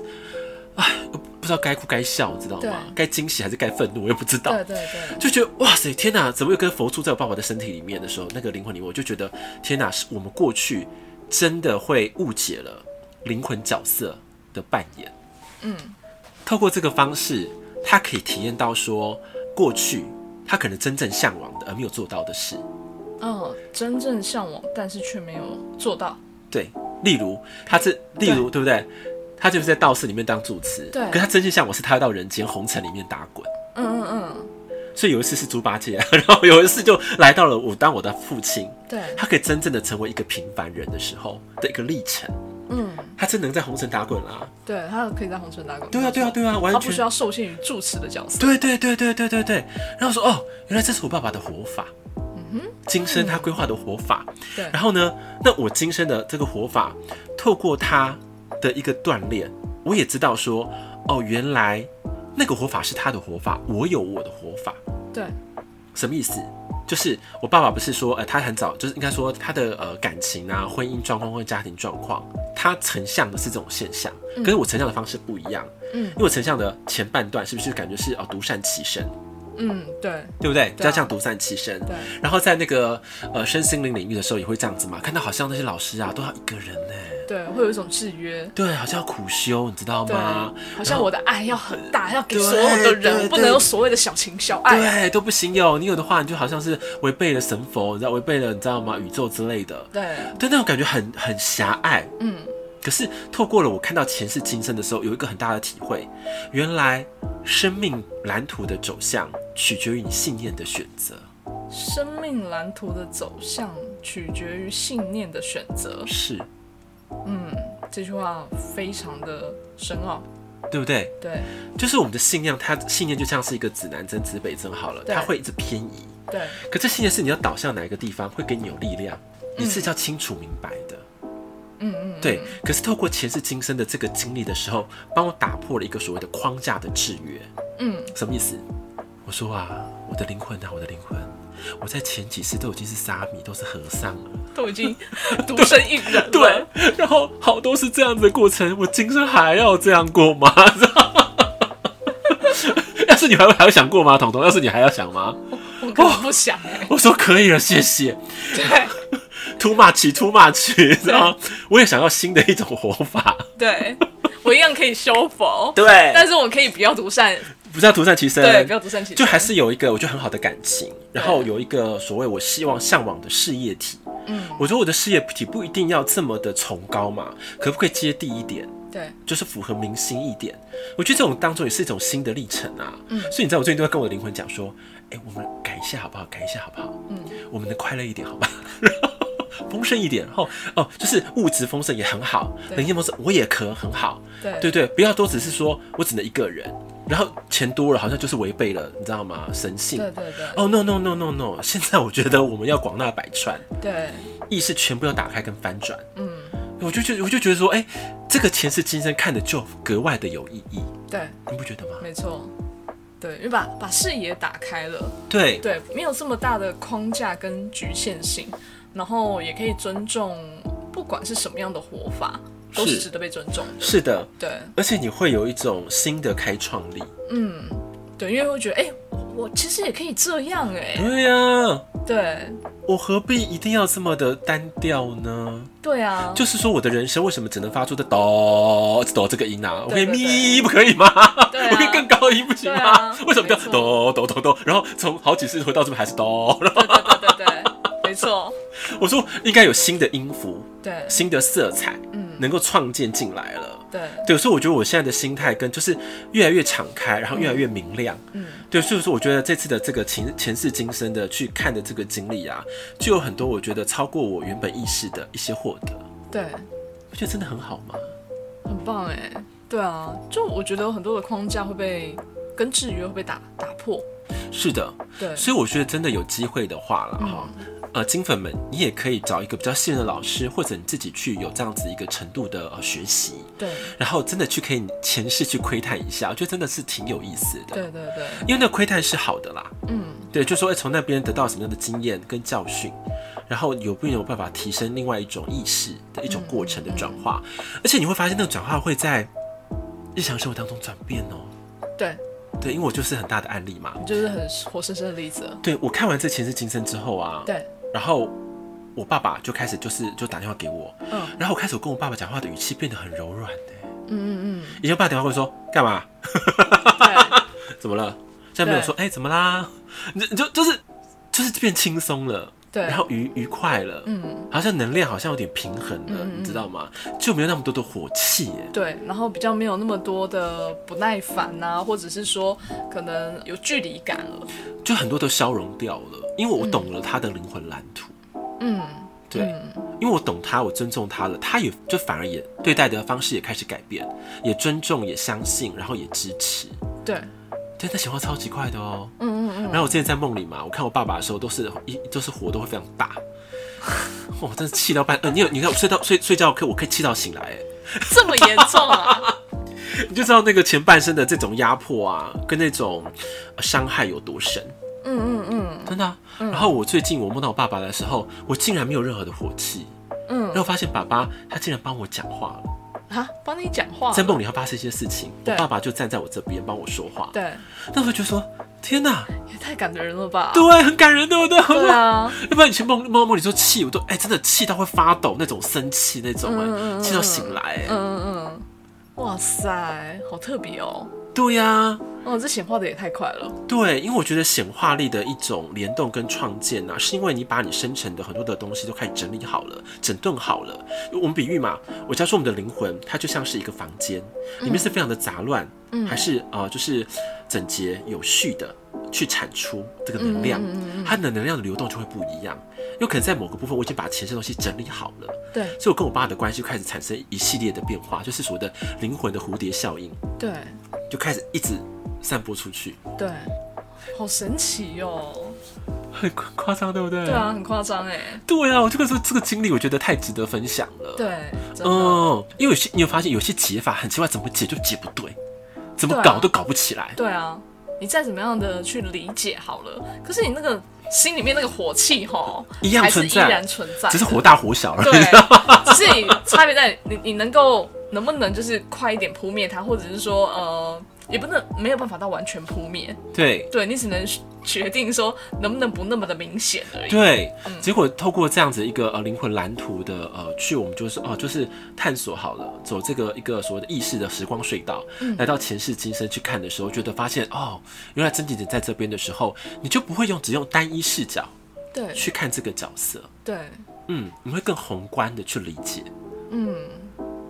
Speaker 1: 唉，我不知道该哭该笑，你知道
Speaker 2: 对
Speaker 1: 吗？该惊喜还是该愤怒，我也不知道。
Speaker 2: 对对对，
Speaker 1: 就觉得哇塞，天哪，怎么有跟佛住在我爸爸的身体里面的时候，那个灵魂里面，我就觉得天哪，是我们过去真的会误解了灵魂角色的扮演。
Speaker 2: 嗯，
Speaker 1: 透过这个方式，他可以体验到说过去他可能真正向往的而没有做到的事。
Speaker 2: 嗯，真正向往，但是却没有做到，
Speaker 1: 对，例如他是，例如对不对？他就是在道士里面当住持，
Speaker 2: 对
Speaker 1: 可他真正向往是他要到人间红尘里面打滚。
Speaker 2: 嗯嗯
Speaker 1: 所以有一次是猪八戒，啊 然后有一次就来到了我当我的父亲，
Speaker 2: 嗯，对，
Speaker 1: 他可以真正的成为一个平凡人的时候的一个历程，
Speaker 2: 嗯。
Speaker 1: 他真能在红尘打滚啊啦、
Speaker 2: 对，他可以在红尘打滚。
Speaker 1: 对啊，对啊，对啊，
Speaker 2: 他
Speaker 1: 完
Speaker 2: 不
Speaker 1: 全
Speaker 2: 需。要受限于住持的角色。
Speaker 1: 对对对对对对对。然后说哦，原来这是我爸爸的活法，今生他规划的活法。
Speaker 2: 对
Speaker 1: 然后呢，那我今生的这个活法，透过他的一个锻炼，我也知道说，哦，原来那个活法是他的活法，我有我的活法。
Speaker 2: 对
Speaker 1: 什么意思？就是我爸爸不是说，呃，他很早就是应该说他的呃感情啊、婚姻状况或家庭状况，他呈现的是这种现象，可是我呈现的方式不一样。
Speaker 2: 嗯
Speaker 1: 因为我呈现的前半段是不是感觉是哦独善其身，
Speaker 2: 嗯，对
Speaker 1: 对不对？比
Speaker 2: 对啊
Speaker 1: 较像独善其身。
Speaker 2: 对，啊
Speaker 1: 然后在那个呃身心灵领域的时候也会这样子嘛，看到好像那些老师啊都要一个人呢、
Speaker 2: 对，会有一种制约。
Speaker 1: 对，好像要苦修，你知道
Speaker 2: 对，啊
Speaker 1: 吗？
Speaker 2: 好像我的爱要很大，要给
Speaker 1: 对
Speaker 2: 所有的
Speaker 1: 对
Speaker 2: 人，我不
Speaker 1: 对
Speaker 2: 能有所谓的小情小爱。
Speaker 1: 对都不行有，你有的话你就好像是违背了神佛，你知道违背了你知道吗？宇宙之类的，
Speaker 2: 对，
Speaker 1: 对那种感觉很很狭隘。
Speaker 2: 嗯，
Speaker 1: 可是透过了我看到前世今生的时候，有一个很大的体会，原来生命蓝图的走向取决于你信念的选择。
Speaker 2: 生命蓝图的走向取决于信念的选择。
Speaker 1: 是。
Speaker 2: 嗯，这句话非常的深奥。
Speaker 1: 对不对？
Speaker 2: 对，
Speaker 1: 就是我们的信念，它信念就像是一个指南针、指北针好了，
Speaker 2: 对
Speaker 1: 它会一直偏移。
Speaker 2: 对，
Speaker 1: 可这信念是你要导向哪一个地方，会给你有力量，你是要清楚明白的。
Speaker 2: 嗯嗯，
Speaker 1: 对，可是透过前世今生的这个经历的时候，帮我打破了一个所谓的框架的制约。
Speaker 2: 嗯，
Speaker 1: 什么意思？我说啊，我的灵魂啊，我的灵魂，我在前几世都已经是沙弥，都是和尚了。
Speaker 2: 都已 经独身一人了。
Speaker 1: 对，然后好多是这样子的过程，我今生还要这样过吗？ 要是你还会还会想过吗，彤彤？要是你还要想吗？
Speaker 2: 我根本不想哎、
Speaker 1: 我说可以了，谢谢。
Speaker 2: 对
Speaker 1: Too much，too much，然后我也想要新的一种活法。
Speaker 2: 对，我一样可以修佛，
Speaker 1: 对
Speaker 2: 但是我可以不要独善，
Speaker 1: 不是要独善其身，
Speaker 2: 对，不要独善其身，
Speaker 1: 就还是有一个我觉得很好的感情，然后有一个所谓我希望向往的事业体。
Speaker 2: 嗯，
Speaker 1: 我觉得我的事业体不一定要这么的崇高嘛，可不可以接地一点？
Speaker 2: 对，
Speaker 1: 就是符合民心一点。我觉得这种当中也是一种新的历程啊。嗯，所以你知道我最近都在跟我的灵魂讲说，哎、我们改一下好不好？改一下好不好？嗯，我们能快乐一点好吗？ 丰盛一点，然后哦，就是物质丰盛也很好，
Speaker 2: 对
Speaker 1: 能量丰盛我也可很好，
Speaker 2: 对
Speaker 1: 对对，不要都只是说我只能一个人，然后钱多了好像就是违背了，你知道吗？神性。
Speaker 2: 对对对
Speaker 1: 哦、no no no no no！现 在我觉得我们要广纳百川，
Speaker 2: 对，
Speaker 1: 意识全部要打开跟翻转。
Speaker 2: 嗯，
Speaker 1: 我就觉得我就觉得说，哎、这个前世今生看的就格外的有意义，
Speaker 2: 对，
Speaker 1: 你不觉得吗？
Speaker 2: 没错，对，因为把把视野打开了，
Speaker 1: 对，
Speaker 2: 对，没有这么大的框架跟局限性，然后也可以尊重，不管是什么样的活法，都是
Speaker 1: 是
Speaker 2: 值得被尊重的。
Speaker 1: 是的，
Speaker 2: 对，
Speaker 1: 而且你会有一种新的开创力。
Speaker 2: 嗯，对，因为会觉得，哎、我我其实也可以这样、哎，
Speaker 1: 对呀、
Speaker 2: 对，
Speaker 1: 我何必一定要这么的单调呢？
Speaker 2: 对啊，
Speaker 1: 就是说，我的人生为什么只能发出的哆哆这个音啊？我可以
Speaker 2: 对对
Speaker 1: 咪，不可以吗？
Speaker 2: 对啊
Speaker 1: 我可以更高音不行
Speaker 2: 对
Speaker 1: 吗？
Speaker 2: 啊
Speaker 1: 为什么叫
Speaker 2: 没错
Speaker 1: 哆哆哆哆？然后从好几次回到这边还是哆。然后
Speaker 2: 对对对对对，没错，
Speaker 1: 我说应该有新的音符、
Speaker 2: 对
Speaker 1: 新的色彩，嗯，能够创建进来了。
Speaker 2: 对
Speaker 1: 对，所以我觉得我现在的心态跟就是越来越敞开，然后越来越明亮。嗯，对，所以说我觉得这次的这个前前世今生的去看的这个经历啊，就有很多我觉得超过我原本意识的一些获得，
Speaker 2: 对，
Speaker 1: 我觉得真的很好嘛。
Speaker 2: 很棒哎、对啊，就我觉得有很多的框架会被跟制约会被打打破，
Speaker 1: 是的，
Speaker 2: 对
Speaker 1: 所以我觉得真的有机会的话了哈，呃，金粉们，你也可以找一个比较信任的老师，或者你自己去有这样子一个程度的呃学习，
Speaker 2: 对
Speaker 1: 然后真的去可以前世去窥探一下，我觉得真的是挺有意思的。
Speaker 2: 对对对，
Speaker 1: 因为那个窥探是好的啦。
Speaker 2: 嗯，
Speaker 1: 对，就说哎，从那边得到什么样的经验跟教训，然后有没有办法提升另外一种意识的一种过程的转化，而且你会发现那个转化会在日常生活当中转变哦。
Speaker 2: 对，
Speaker 1: 对，因为我就是很大的案例嘛。
Speaker 2: 就是很活生生的例子了，
Speaker 1: 对我看完这前世今生之后啊，
Speaker 2: 对，
Speaker 1: 然后我爸爸就开始就是就打电话给我，
Speaker 2: 嗯
Speaker 1: 然后我开始我跟我爸爸讲话的语气变得很柔软欸
Speaker 2: 嗯嗯
Speaker 1: 以前我爸打电话会说干嘛？
Speaker 2: 嗯，对
Speaker 1: 怎么了？现在没有说哎、怎么啦？你就你就就是就是变轻松了，
Speaker 2: 对
Speaker 1: 然后愉愉快了，
Speaker 2: 嗯。
Speaker 1: 好像能量好像有点平衡了，你知道吗？就没有那么多的火气耶。
Speaker 2: 对，然后比较没有那么多的不耐烦呐、或者是说可能有距离感了。
Speaker 1: 就很多都消融掉了，因为我懂了他的灵魂蓝图。
Speaker 2: 嗯，
Speaker 1: 对，因为我懂他，我尊重他了，他也就反而也对待的方式也开始改变，也尊重，也相信，然后也支持。
Speaker 2: 对，
Speaker 1: 对，那显化超级快的哦。
Speaker 2: 嗯嗯嗯，
Speaker 1: 然后我之前在梦里嘛，我看我爸爸的时候，都是一都是火都会非常大， 我真是气到半，呃，你有你看我睡到睡睡觉可以我可以气到醒来，哎
Speaker 2: 这么严重啊？
Speaker 1: 你就知道那个前半生的这种压迫啊，跟那种呃伤害有多深，
Speaker 2: 嗯嗯
Speaker 1: 真的啊、然后我最近我梦到我爸爸的时候，我竟然没有任何的火气，
Speaker 2: 嗯
Speaker 1: 然后发现爸爸他竟然帮我讲话了，
Speaker 2: 嗯，啊，帮你讲话了，
Speaker 1: 在梦里他发生一些事情，我
Speaker 2: 对
Speaker 1: 爸爸就站在我这边帮我说话，
Speaker 2: 对
Speaker 1: 那时候就说天哪，
Speaker 2: 也太感人了吧？
Speaker 1: 对，很感人，对不对？
Speaker 2: 对啊，
Speaker 1: 要不然以前梦梦到梦里说气，我都哎、真的气到会发抖那种，生气那种
Speaker 2: 嗯嗯
Speaker 1: 哎，
Speaker 2: 嗯
Speaker 1: 气到醒来哎、
Speaker 2: 嗯嗯嗯，哇塞，好特别哦！
Speaker 1: 对呀、
Speaker 2: 哦，这显化的也太快了。
Speaker 1: 对，因为我觉得显化力的一种联动跟创建呐、啊，是因为你把你生成的很多的东西都开始整理好了、整顿好了。我们比喻嘛，我假如说我们的灵魂，它就像是一个房间，里面是非常的杂乱，还是呃，就是整洁有序的去产出这个能量，它的能量的流动就会不一样。有可能在某个部分，我已经把前身的东西整理好了，
Speaker 2: 对
Speaker 1: 所以我跟我爸的关系就开始产生一系列的变化，就是所谓的灵魂的蝴蝶效应，
Speaker 2: 对
Speaker 1: 就开始一直散播出去。
Speaker 2: 对，好神奇哦！
Speaker 1: 很夸夸张，对不对？
Speaker 2: 对啊，很夸张哎。
Speaker 1: 对啊，我这个是这个经历，我觉得太值得分享了。，
Speaker 2: 对，真的。
Speaker 1: 嗯，因为有些你有发现，有些解法很奇怪，怎么解就解不对，怎么
Speaker 2: 对啊
Speaker 1: 搞都搞不起来。
Speaker 2: 对啊，你再怎么样的去理解好了，可是你那个心里面那个火气吼，
Speaker 1: 一样
Speaker 2: 还是
Speaker 1: 存在
Speaker 2: 依然存在，
Speaker 1: 只是火大火小了。
Speaker 2: 对， 只是你差别在你你能够能不能就是快一点扑灭它，或者是说呃，也不能没有办法到完全扑灭，
Speaker 1: 对
Speaker 2: 对你只能决定说能不能不那么的明显而已。
Speaker 1: 对，啊
Speaker 2: 嗯
Speaker 1: 结果透过这样子一个呃灵魂蓝图的呃去，我们就是哦、就是探索好了，走这个一个所谓的意识的时光隧道，
Speaker 2: 嗯
Speaker 1: 来到前世今生去看的时候，觉得发现哦，原来真姐姐在这边的时候，你就不会用只用单一视角
Speaker 2: 对
Speaker 1: 去看这个角色，
Speaker 2: 对，
Speaker 1: 嗯，你会更宏观的去理解。
Speaker 2: 嗯，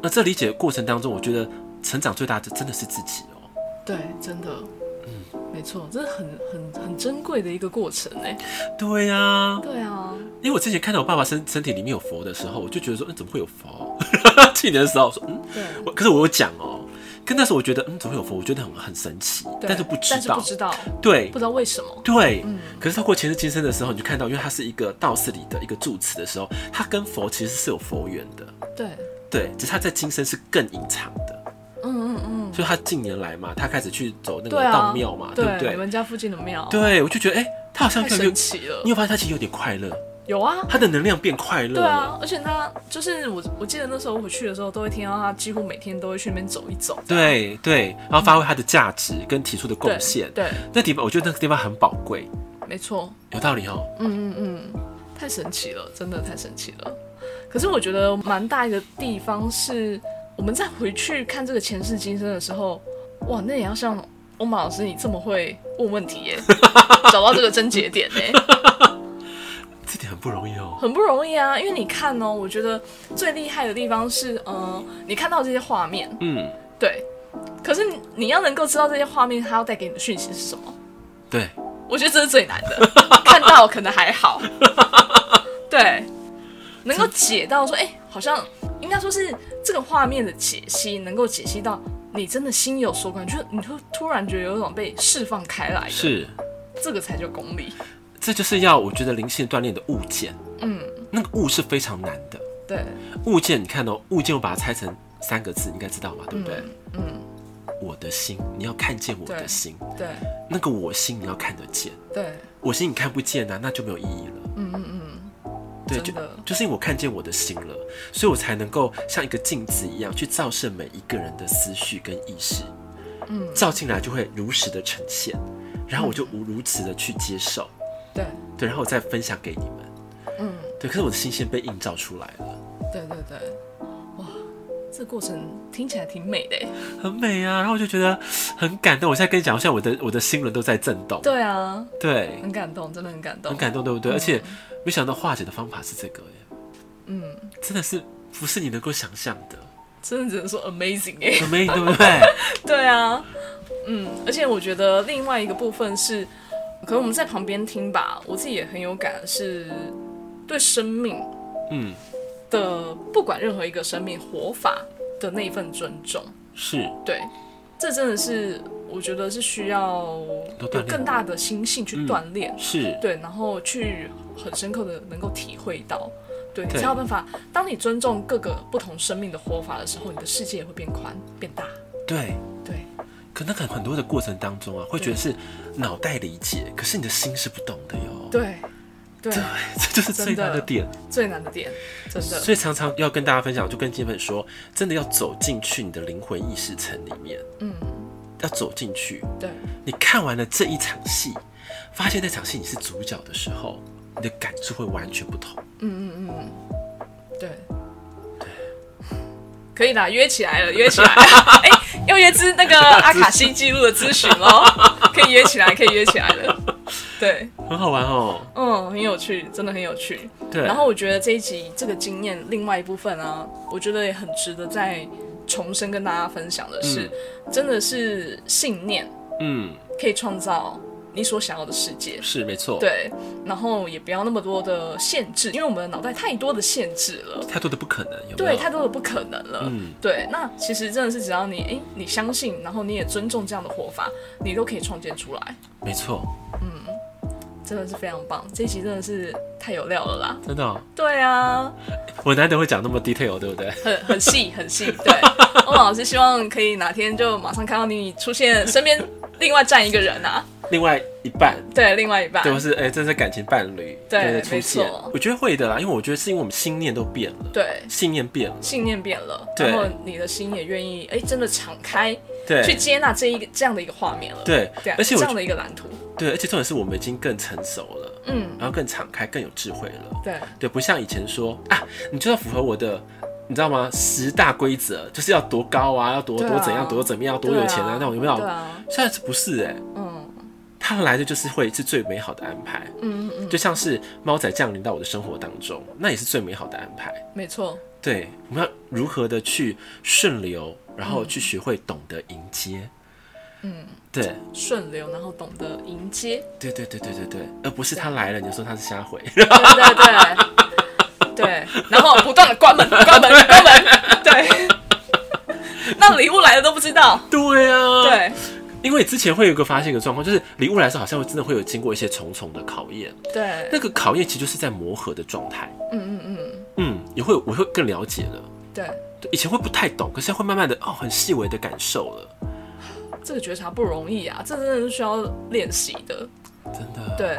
Speaker 1: 那这理解的过程当中，我觉得成长最大的真的是自己哦。
Speaker 2: 对，真的，没错，这是很很很珍贵的一个过程哎。
Speaker 1: 对呀、
Speaker 2: 对啊，
Speaker 1: 因为我之前看到我爸爸身身体里面有佛的时候，我就觉得说，嗯，怎么会有佛？ 去年的时候，我说，嗯，
Speaker 2: 对。
Speaker 1: 我可是我有讲哦，跟那时候我觉得，嗯，怎么会有佛？我觉得很很神奇，
Speaker 2: 对
Speaker 1: 但是不知
Speaker 2: 但是
Speaker 1: 道
Speaker 2: 不，知嗯道，
Speaker 1: 对
Speaker 2: 不知道为什么。
Speaker 1: 对。可是透过前世今生的时候，你就看到，因为它是一个道士里的一个住持的时候，它跟佛其实是有佛缘的，
Speaker 2: 对，
Speaker 1: 对，只是他在今生是更隐藏的。
Speaker 2: 嗯嗯嗯，
Speaker 1: 所以他近年来嘛，他开始去走那个
Speaker 2: 对啊，
Speaker 1: 道庙嘛，对不
Speaker 2: 你
Speaker 1: 对？
Speaker 2: 们家附近的庙，，
Speaker 1: 对，我就觉得，哎、他好像
Speaker 2: 太
Speaker 1: 越来越
Speaker 2: 神奇了
Speaker 1: 你。有发现他其实有点快乐，
Speaker 2: 有啊，
Speaker 1: 他的能量变快乐
Speaker 2: 对
Speaker 1: 了。
Speaker 2: 啊，而且他就是我，我记得那时候我去的时候，都会听到他几乎每天都会去那边走一走。
Speaker 1: 对对，然后发挥他的价值跟提出的贡
Speaker 2: 对
Speaker 1: 献，
Speaker 2: 对，
Speaker 1: 那地方我觉得那个地方很宝贵，
Speaker 2: 没错，
Speaker 1: 有道理哦。
Speaker 2: 嗯嗯嗯，太神奇了，真的太神奇了。可是我觉得蛮大一个地方是，我们再回去看这个前世今生的时候，哇，那也要像欧马老师你这么会问问题 耶，找到这个症结点耶。
Speaker 1: 这点很不容易哦。
Speaker 2: 很不容易啊，因为你看哦，我觉得最厉害的地方是，嗯、你看到这些画面，
Speaker 1: 嗯，
Speaker 2: 对，可是你你要能够知道这些画面它要带给你的讯息是什么，
Speaker 1: 对，
Speaker 2: 我觉得这是最难的。看到可能还好，对，能够解到说，哎、好像应该说是这个画面的解析，能够解析到你真的心有所感，就是你会突然觉得有一种被释放开来的，
Speaker 1: 是，
Speaker 2: 这个才叫功力。
Speaker 1: 这就是要我觉得灵性锻炼的物件，
Speaker 2: 嗯，
Speaker 1: 那个物是非常难的。
Speaker 2: 对，
Speaker 1: 物件，你看哦，物件我把它拆成三个字，你应该知道嘛，对不对？
Speaker 2: 嗯，
Speaker 1: 我的心，你要看见我的
Speaker 2: 对
Speaker 1: 心，
Speaker 2: 对，
Speaker 1: 那个我心你要看得见，
Speaker 2: 对，
Speaker 1: 我心你看不见啊，那就没有意义了。
Speaker 2: 嗯嗯嗯。
Speaker 1: 对，就
Speaker 2: 真的
Speaker 1: 就是因为我看见我的心了，所以我才能够像一个镜子一样去照射每一个人的思绪跟意识，
Speaker 2: 嗯，
Speaker 1: 照进来就会如实的呈现，然后我就无如此的去接受，
Speaker 2: 对，
Speaker 1: 对，然后我再分享给你们，
Speaker 2: 嗯，
Speaker 1: 对，可是我的心先被映照出来了，
Speaker 2: 对对对，哇，这过程听起来挺美的耶。
Speaker 1: 很美啊，然后我就觉得很感动。我现在跟你讲，我现在我的我的心轮都在震动，
Speaker 2: 对啊，
Speaker 1: 对，
Speaker 2: 很感动，真的很感动。
Speaker 1: 很感动，对不对？而且没想到化解的方法是这个耶，
Speaker 2: 嗯，
Speaker 1: 真的是不是你能够想象的，
Speaker 2: 真的只能说 amazing 哎。
Speaker 1: 很美，对不对？
Speaker 2: 对啊，嗯，而且我觉得另外一个部分是，可能我们在旁边听吧，我自己也很有感，是对生命
Speaker 1: 嗯，
Speaker 2: 的不管任何一个生命活法的那一份尊重。
Speaker 1: 是，
Speaker 2: 对，这真的是我觉得是需要
Speaker 1: 多锻
Speaker 2: 有
Speaker 1: 炼嗯
Speaker 2: 更大的心性去锻炼。
Speaker 1: 是。
Speaker 2: 对，然后去很深刻的能够体会到，对你
Speaker 1: 对
Speaker 2: 才有办法。当你尊重各个不同生命的活法的时候，你的世界也会变宽变大。
Speaker 1: 对，
Speaker 2: 对，
Speaker 1: 可能很很多的过程当中啊，会觉得是脑袋理解，可是你的心是不懂的哟。
Speaker 2: 对，对，
Speaker 1: 这就是最大的点。
Speaker 2: 最难的点，真的，
Speaker 1: 所以常常要跟大家分享，就跟金粉说，真的要走进去你的灵魂意识层里面，
Speaker 2: 嗯，
Speaker 1: 要走进去，
Speaker 2: 对，
Speaker 1: 你看完了这一场戏，发现那场戏你是主角的时候，你的感触会完全不同。
Speaker 2: 对，可以啦，约起来了，约起来了。 哎、要约咨那个阿卡西记录的咨询喽，可以约起来，可以约起来了。对，
Speaker 1: 很好玩哦。
Speaker 2: 嗯，很有趣，真的很有趣。
Speaker 1: 对，
Speaker 2: 然后我觉得这一集这个经验，另外一部分啊，我觉得也很值得再重申跟大家分享的是，真的是信念
Speaker 1: 嗯，
Speaker 2: 可以创造你所想要的世界。
Speaker 1: 是没错。，
Speaker 2: 对，然后也不要那么多的限制，因为我们的脑袋太多的限制了。
Speaker 1: 太多的不可能，有没有？
Speaker 2: 对，太多的不可能了。
Speaker 1: 啊嗯
Speaker 2: 对，那其实真的是只要你，哎、你相信，然后你也尊重这样的活法，你都可以创建出来，
Speaker 1: 没错，
Speaker 2: 真的是非常棒。这一集真的是太有料了啦。
Speaker 1: 真的哦、
Speaker 2: 对啊，
Speaker 1: 我难得会讲那么 detail，对不 对？
Speaker 2: 很很细，很细。对，欧盟老师希望可以哪天就马上看到你出现身边另外站一个人啊，
Speaker 1: 另外一半，
Speaker 2: 对，另外一半。
Speaker 1: 对，或是哎，这是感情伴侣
Speaker 2: 对
Speaker 1: 就是出
Speaker 2: 没
Speaker 1: 现
Speaker 2: 错，
Speaker 1: 我觉得会的啦，因为我觉得是因为我们心念都变了，
Speaker 2: 对
Speaker 1: 信念变了，
Speaker 2: 信念变了，
Speaker 1: 对
Speaker 2: 然后你的心也愿意，哎、真的敞开去
Speaker 1: 对
Speaker 2: 接纳这一个这样的一个画面了。
Speaker 1: 对
Speaker 2: 对啊，，
Speaker 1: 而且我觉
Speaker 2: 这样的一个蓝图，
Speaker 1: 对，而且重点是我们已经更成熟了，
Speaker 2: 嗯，
Speaker 1: 然后更敞开，更有智慧了，
Speaker 2: 对，
Speaker 1: 对，不像以前说啊，你就要符合我的。你知道吗？十大规则就是要多高啊，要多
Speaker 2: 对啊
Speaker 1: 多怎样，多怎么样，多有钱啊，那种有没有？
Speaker 2: 对啊，
Speaker 1: 现在是不是哎、
Speaker 2: 嗯。
Speaker 1: 他来的就是会是最美好的安排，
Speaker 2: 嗯，嗯，
Speaker 1: 就像是猫仔降临到我的生活当中，那也是最美好的安排。
Speaker 2: 没错，
Speaker 1: 对，我们要如何的去顺流，然后去学会懂得迎接。嗯，对，
Speaker 2: 顺流，然后懂得迎 接，
Speaker 1: 对对对对对对，而不是他来了，你就说他是瞎回。
Speaker 2: 对对对，对，然后不断的关门，关门，关门，对， 那礼物来了都不知道，
Speaker 1: 对啊，，
Speaker 2: 对
Speaker 1: 因为之前会有一个发现一个状况，就是礼物来的时候，好像真的会有经过一些重重的考验，
Speaker 2: 对，
Speaker 1: 那个考验其实就是在磨合的状态。
Speaker 2: 嗯嗯嗯，
Speaker 1: 嗯，也会我会更了解了。
Speaker 2: 对，
Speaker 1: 对，以前会不太懂，可是会慢慢的哦，很细微的感受了，
Speaker 2: 这个觉察不容易啊，这真的是需要练习的，
Speaker 1: 真的。
Speaker 2: 对，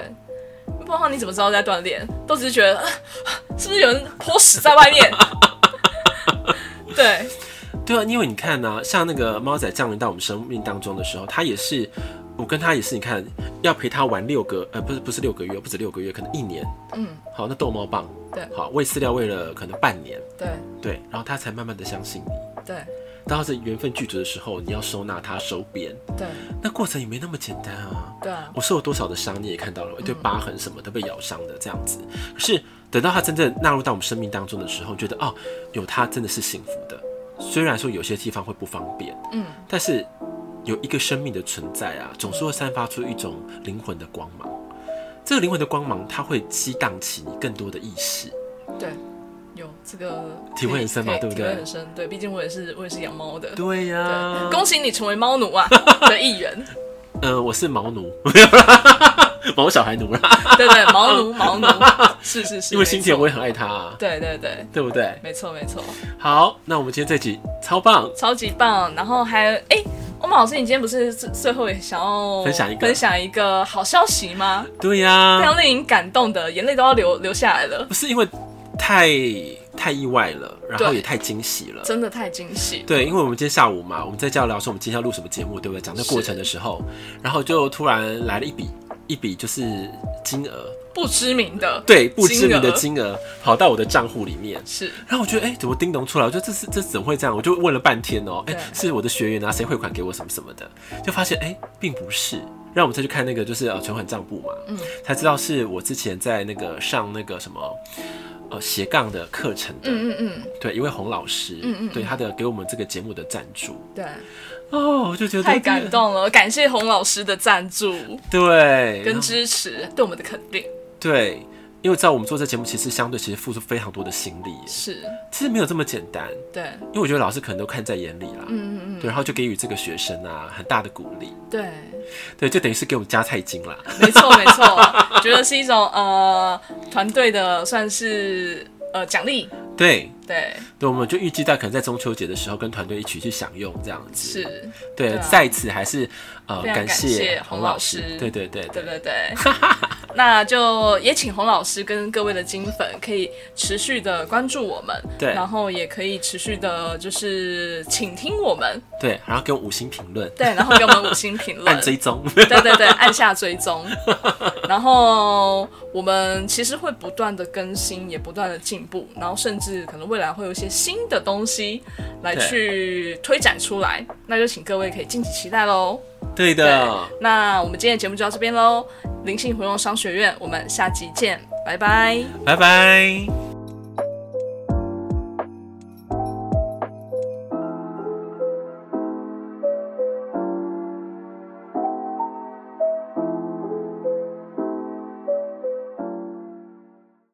Speaker 2: 不然的话你怎么知道在锻炼？都只是觉得啊是不是有人泼屎在外面？ 对，
Speaker 1: 对啊，因为你看呢、像那个猫仔降临到我们生命当中的时候，他也是，我跟他也是，你看要陪他玩六个，呃，不是不是六个月，不止六个月，可能一年。
Speaker 2: 嗯，
Speaker 1: 好，那逗猫棒，
Speaker 2: 对
Speaker 1: 好喂饲料喂了可能半年，
Speaker 2: 对，
Speaker 1: 对，然后他才慢慢的相信你。
Speaker 2: 对，
Speaker 1: 到这缘分具足的时候，你要收纳他收编，
Speaker 2: 对，
Speaker 1: 那过程也没那么简单啊。
Speaker 2: 对啊，
Speaker 1: 我受了多少的伤，你也看到了，一堆疤痕什么的被咬伤的这样子。可是等到他真正纳入到我们生命当中的时候，觉得哦，有他真的是幸福的。虽然说有些地方会不方便，
Speaker 2: 嗯，
Speaker 1: 但是有一个生命的存在啊，总是会散发出一种灵魂的光芒。这个灵魂的光芒，它会激荡起你更多的意识。
Speaker 2: 对，有这个
Speaker 1: 体会很深嘛
Speaker 2: 可以
Speaker 1: 对不对
Speaker 2: 体会很深，对，毕竟我也是我也是养猫的。
Speaker 1: 对啊呀、
Speaker 2: 对，恭喜你成为猫奴啊的一员，
Speaker 1: 呃，我是毛 奴，毛小孩奴啦，
Speaker 2: 对对，毛奴毛 奴，是是是，
Speaker 1: 因为心姐
Speaker 2: 没错
Speaker 1: 我也很爱他、啊，
Speaker 2: 对对对，
Speaker 1: 对不对？
Speaker 2: 没错没错，
Speaker 1: 好，那我们今天这集超棒，
Speaker 2: 超级棒。然后还哎，欧曼老师，你今天不是最最后也想要
Speaker 1: 分享一个嗯
Speaker 2: 分享一个好消息吗？
Speaker 1: 对呀、
Speaker 2: 非常令人感动的，眼泪都要流流下来了，
Speaker 1: 不是因为太太意外了，然后
Speaker 2: 对
Speaker 1: 也太惊喜了。
Speaker 2: 真的太惊喜。
Speaker 1: 对，因为我们今天下午嘛，我们在交流说我们今天要录什么节目，对不对？讲这过程的时候，然后就突然来了一笔一笔就是金额，
Speaker 2: 不知名的，
Speaker 1: 对，不知名的
Speaker 2: 金额
Speaker 1: 金额跑到我的账户里面。
Speaker 2: 是
Speaker 1: 然后我觉得，哎、怎么叮咚出来？我觉得这是这怎么会这样？我就问了半天哦、哎、
Speaker 2: 对
Speaker 1: 是我的学员啊，谁汇款给我什么什么的，就发现哎、并不是。让我们再去看那个就是呃存款账簿嘛，嗯，才知道是我之前在那个上那个什么呃斜杠的课程的，
Speaker 2: 嗯嗯嗯，
Speaker 1: 对，一位洪老师，
Speaker 2: 嗯嗯
Speaker 1: 对他的给我们这个节目的赞助，
Speaker 2: 对，
Speaker 1: 哦，我就觉得
Speaker 2: 太感，动了，感谢洪老师的赞
Speaker 1: 哎
Speaker 2: 助。
Speaker 1: 对，然
Speaker 2: 跟
Speaker 1: 后
Speaker 2: 支持对我们的肯定
Speaker 1: 对，因为知道我们做这节目其实相对其实付出非常多的心力耶，
Speaker 2: 是
Speaker 1: 其实没有这么简单，
Speaker 2: 对，
Speaker 1: 因为我觉得老师可能都看在眼里啦，
Speaker 2: 嗯嗯
Speaker 1: 对，然后就给予这个学生啊很大的鼓励，
Speaker 2: 嗯，对，
Speaker 1: 对，就等于是给我们加菜金啦，
Speaker 2: 没错没错，觉得是一种呃团队的算是呃奖励，
Speaker 1: 对，
Speaker 2: 对，
Speaker 1: 对，我们就预计到可能在中秋节的时候跟团队一起去享用这样子。
Speaker 2: 是，
Speaker 1: 对，
Speaker 2: 对啊
Speaker 1: 在此还是呃
Speaker 2: 非常感
Speaker 1: 谢
Speaker 2: 谢
Speaker 1: 洪
Speaker 2: 洪老
Speaker 1: 老师
Speaker 2: 师，
Speaker 1: 对对对
Speaker 2: 对对 对。那就也请洪老师跟各位的金粉可以持续的关注我们，
Speaker 1: 对
Speaker 2: 然后也可以持续的就是倾听我们，
Speaker 1: 对，然后给我们五星评论，
Speaker 2: 对，然后给我们五星评论
Speaker 1: 按，追踪，
Speaker 2: 对对对，按下 追踪。然后我们其实会不断的更新，也不断的进步，然后甚至可能未来会有一些新的东西来
Speaker 1: 对
Speaker 2: 去推展出来，那就请各位可以敬请期待喽。
Speaker 1: 对的，
Speaker 2: 那我们今天的节目就到这边喽，灵性回用商学院，我们下集见，拜拜。
Speaker 1: 拜拜。